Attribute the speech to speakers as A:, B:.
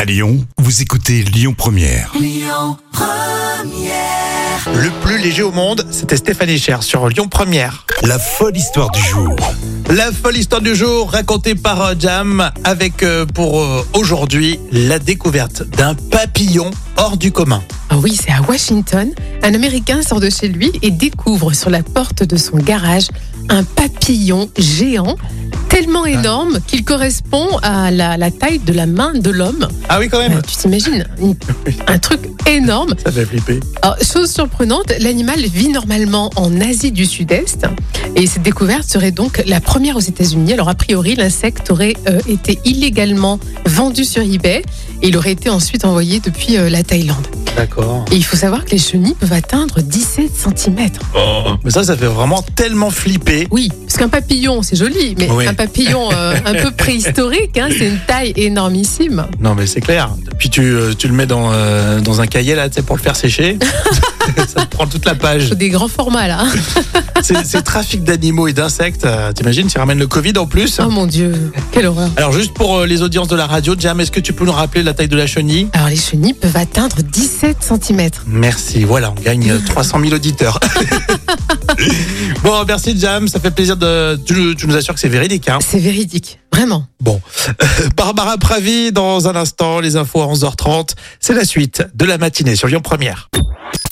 A: À Lyon, vous écoutez Lyon Première.
B: Le plus léger au monde, c'était Stéphanie Cher sur Lyon Première.
A: La folle histoire du jour.
B: La folle histoire du jour racontée par euh, Jam avec euh, pour euh, aujourd'hui la découverte d'un papillon hors du commun.
C: Ah oui, c'est à Washington. Un Américain sort de chez lui et découvre sur la porte de son garage un papillon géant,
B: Ah.
C: tellement énorme qu'il correspond à la, la taille de la main de l'homme.
B: Ah oui quand
C: Euh,
B: même.
C: tu t'imagines une- Un truc énorme.
B: Ça fait flipper.
C: Alors, chose surprenante, l'animal vit normalement en Asie du Sud-Est et cette découverte serait donc la première aux États-Unis. Alors a priori, l'insecte aurait euh, été illégalement vendu sur eBay et il aurait été ensuite envoyé depuis euh, la Thaïlande.
B: D'accord.
C: Et il faut savoir que les chenilles peuvent atteindre 17 cm.
B: Mais ça, ça fait vraiment tellement flipper.
C: Oui, parce qu'un papillon, c'est joli, mais
B: Oui.
C: un papillon euh, un peu préhistorique, hein, c'est une taille énormissime.
B: Non mais c'est clair. Puis tu, euh, tu le mets dans, euh, dans un cahier là, tu sais, pour le faire sécher. ça te prend toute la page.
C: Faut des grands formats là. hein.
B: C'est c'est trafic d'animaux et d'insectes. euh, T'imagines, tu ramènes le Covid en plus.
C: Oh mon dieu, quelle horreur.
B: Alors juste pour euh, les audiences de la radio, Jam, est-ce que tu peux nous rappeler la taille de la chenille
C: Alors les chenilles peuvent atteindre 17 cm.
B: Merci, voilà, on gagne euh, 300 000 auditeurs. bon, merci Jam, ça fait plaisir de... Tu, tu nous assures que c'est véridique, hein
C: C'est véridique, vraiment.
B: Bon, Barbara Pravi, dans un instant, les infos à 11h30, c'est la suite de la matinée sur Lyon Première.